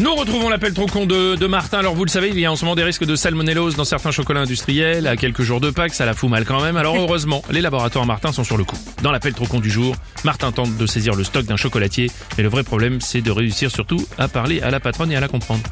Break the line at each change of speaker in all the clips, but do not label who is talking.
Nous retrouvons l'appel trop con de, de Martin. Alors vous le savez, il y a en ce moment des risques de salmonellose dans certains chocolats industriels. À quelques jours de Pâques, ça la fout mal quand même. Alors heureusement, les laboratoires Martin sont sur le coup. Dans l'appel trop con du jour, Martin tente de saisir le stock d'un chocolatier. Mais le vrai problème, c'est de réussir surtout à parler à la patronne et à la comprendre.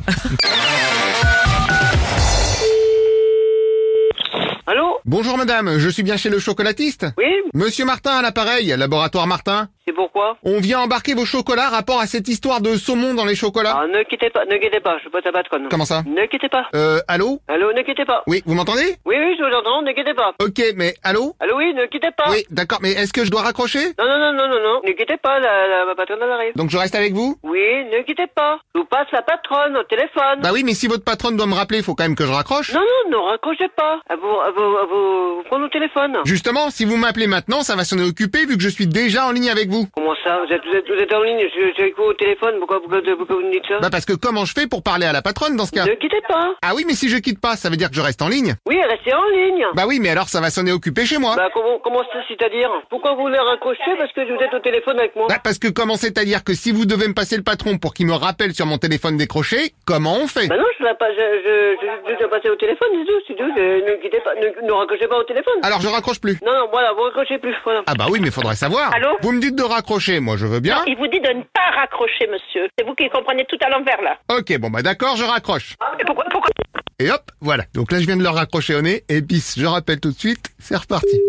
Allô
Bonjour madame, je suis bien chez le chocolatiste
Oui
Monsieur Martin à l'appareil, laboratoire Martin.
C'est pourquoi
On vient embarquer vos chocolats rapport à cette histoire de saumon dans les chocolats.
ah, Ne quittez pas, ne quittez pas, je peux pas
Ah.
patronne.
Comment ça
Ne quittez pas.
Euh, allô
Allô, ne quittez pas.
Oui, vous m'entendez
Oui, oui, je vous entends, ne quittez pas.
Ok, mais allô
Allô, oui, ne quittez
Ah.
pas.
Oui, d'accord, mais est-ce que je dois raccrocher
Non, non, non, non, non, non, ne quittez pas, la, la, ma patronne elle arrive.
Donc je reste avec vous
Oui, ne quittez pas. Je vous passe la patronne au téléphone.
Bah oui, mais si votre patronne doit me rappeler, faut quand même que je raccroche.
Non, non, ne raccrochez pas. À vous, à vous, à vous, vous prendre au téléphone.
Justement, si vous m'appelez maintenant, ça va s'en occuper vu que je suis déjà en ligne avec vous.
Comment ça vous êtes, vous êtes, vous êtes en ligne, je je suis avec vous au téléphone, pourquoi, pourquoi, pourquoi vous me dites ça
Bah parce que comment je fais pour parler à la patronne dans ce cas
Ne quittez pas.
Ah oui, mais si je quitte pas, ça veut dire que je reste en ligne
Oui, restez en ligne.
Bah oui, mais alors ça va sonner occupé chez moi.
Bah, comment, comment ça, c'est-à-dire Pourquoi vous voulez raccrocher parce que vous êtes au téléphone avec moi
Bah parce que comment c'est-à-dire que si vous devez me passer le patron pour qu'il me rappelle sur mon téléphone décroché, comment on fait
Ben
Bah non, je l'ai pas, je, je, je, je l'ai passé au téléphone, c'est tout, c'est tout, je- ne quittez pas, ne, ne raccrochez pas au téléphone.
Alors je raccroche plus.
Non, non, voilà, vous raccrochez plus, voilà.
Ah bah oui, mais faudrait savoir.
Allô
vous me dites de raccrocher, moi je veux bien.
Il vous dit de ne pas raccrocher, monsieur. C'est vous qui comprenez tout à l'envers, là.
Ok, bon bah d'accord, je raccroche.
Et pourquoi, pourquoi
Et hop, voilà. Donc là je viens de leur raccrocher au nez et bis, je rappelle tout de suite, c'est reparti.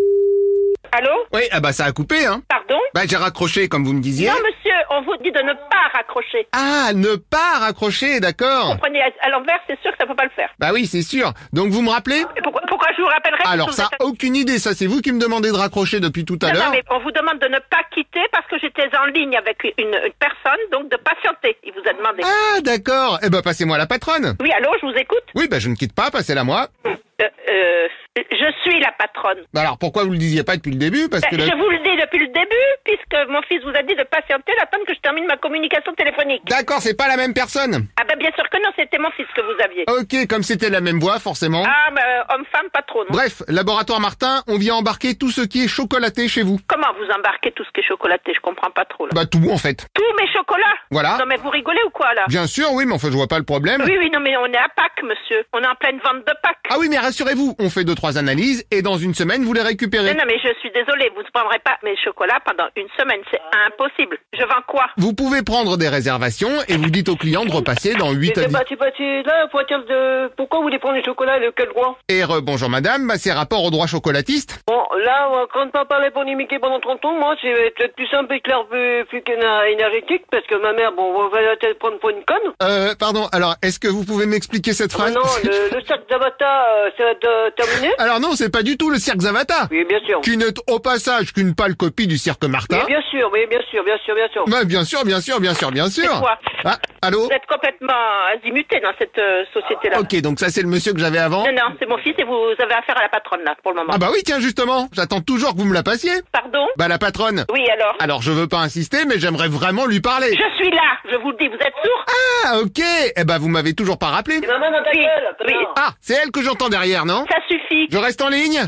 Allô
Oui, ah bah ça a coupé hein.
Pardon
Bah j'ai raccroché comme vous me disiez.
Non, monsieur, on vous dit de ne pas raccrocher.
Ah, ne pas raccrocher, d'accord.
Comprenez, à, à l'envers, c'est sûr que ça ne peut pas le faire.
Bah oui, c'est sûr. Donc vous me rappelez
Et pourquoi, pourquoi je vous rappellerai
Alors
que
ça, oh,
vous êtes-
aucune idée. Ça, c'est vous qui me demandez de raccrocher depuis tout à
Non, non,
l'heure.
mais on vous demande de ne pas quitter parce que j'étais en ligne avec une, une personne, donc de patienter. Il vous a demandé.
Ah, d'accord. Eh ben, passez-moi la patronne.
Oui, allô, je vous écoute.
Oui, bah je ne quitte pas, passez-la moi.
Euh, euh, je suis la patronne.
Bah alors, pourquoi vous le disiez pas depuis le début Parce
Ben,
que...
je
le-
vous le dis depuis le début, puisque mon fils vous a dit de patienter, d'attendre que je termine ma communication téléphonique.
D'accord, c'est pas la même personne.
Ah ben bien sûr que non, c'était mon fils que vous aviez.
Ok, comme c'était la même voix, forcément.
Ah, mais euh, homme-femme, pas trop, non
Bref, Laboratoire Martin, on vient embarquer tout ce qui est chocolaté chez vous.
Comment vous embarquez tout ce qui est chocolaté Je comprends pas trop, là.
Bah tout, en fait.
Tous mes chocolats
Voilà.
Non, mais vous rigolez ou quoi, là
Bien sûr, oui, mais enfin, je vois pas le problème.
Ah. Oui, oui, non, mais on est à Pâques, monsieur. On est en pleine vente de Pâques.
Ah oui, mais rassurez-vous, on fait deux, trois analyses, et dans une semaine, vous les récupérez.
Non, non, mais je suis désolée, vous ne prendrez pas mes chocolats pendant une semaine, c'est impossible. Je vends quoi
Vous pouvez prendre des réservations et vous dites au client de repasser dans 8 à
Mais
10.
bah, tu bah, tu- là, pour dire de, pourquoi vous voulez prendre les chocolats, de quel droit
Et re- bonjour madame, bah, c'est rapport au droit chocolatiste.
Bon, là, on va quand pas parler pour les Mickey pendant 30 ans, moi, c'est peut-être plus simple et clair, plus, plus qu'éner- énergétique, parce que ma mère, bon, on va la prendre pour une conne.
Euh, pardon, alors est-ce que vous pouvez m'expliquer cette
Ah
phrase
non, le, le sac d'Avata, euh, ça va être euh, terminé
Alors non, c'est pas du tout le cirque Zavata,
Oui, bien sûr.
qui n'est au passage qu'une pâle copie du cirque Martin.
Oui, bien sûr, oui, bien sûr, bien sûr, bien sûr.
Bah, bien sûr, bien sûr, bien sûr, bien sûr.
quoi
ah, allô
Vous êtes complètement azimuté dans cette euh, société-là.
Ok, donc ça c'est le monsieur que j'avais avant.
Non, non, c'est mon fils et vous avez affaire à la patronne, là, pour le moment.
Ah bah oui, tiens justement, j'attends toujours que vous me la passiez.
Pardon
Bah la patronne.
Oui, alors
Alors je veux pas insister, mais j'aimerais vraiment lui parler.
Je suis là, je vous le dis, vous êtes sourd
Ah ok, eh bah vous m'avez toujours pas rappelé.
Ma main dans ta
Oui,
gueule,
oui.
connard.
Ah, c'est elle que j'entends derrière, non
Ça suffit.
Je reste en ligne